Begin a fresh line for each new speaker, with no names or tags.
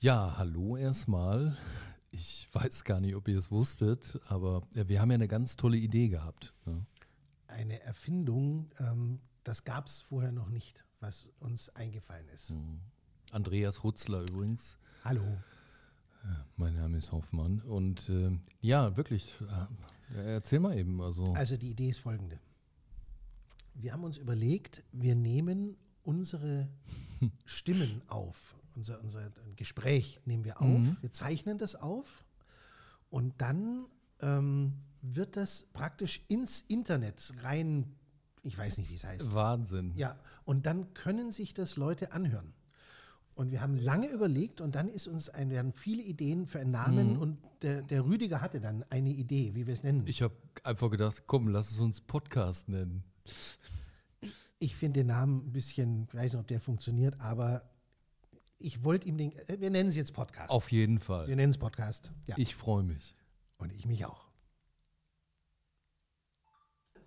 Ja, hallo erstmal. Ich weiß gar nicht, ob ihr es wusstet, aber äh, wir haben ja eine ganz tolle Idee gehabt. Ne?
Eine Erfindung, ähm, das gab es vorher noch nicht, was uns eingefallen ist.
Andreas Hutzler übrigens.
Hallo.
Mein Name ist Hoffmann. Und äh, ja, wirklich, äh, erzähl mal eben. Also,
Also die Idee ist folgende. Wir haben uns überlegt, wir nehmen unsere Stimmen auf. Unser, unser Gespräch nehmen wir auf. Wir zeichnen das auf und dann ähm, wird das praktisch ins Internet rein, ich weiß nicht, wie es heißt.
Wahnsinn.
Ja, und dann können sich das Leute anhören. Und wir haben lange überlegt und dann ist uns ein, wir haben viele Ideen für einen Namen und der, der Rüdiger hatte dann eine Idee, wie wir es nennen. Ich,
Mhm. Ich habe einfach gedacht, komm, lass es uns Podcast nennen.
finde den Namen ein bisschen, ich weiß nicht, ob der funktioniert, aber ich wollte ihm den, äh, wir nennen es jetzt Podcast.
Auf jeden Fall.
Wir nennen es Podcast. Ja.
Ich freue mich.
und ich mich auch.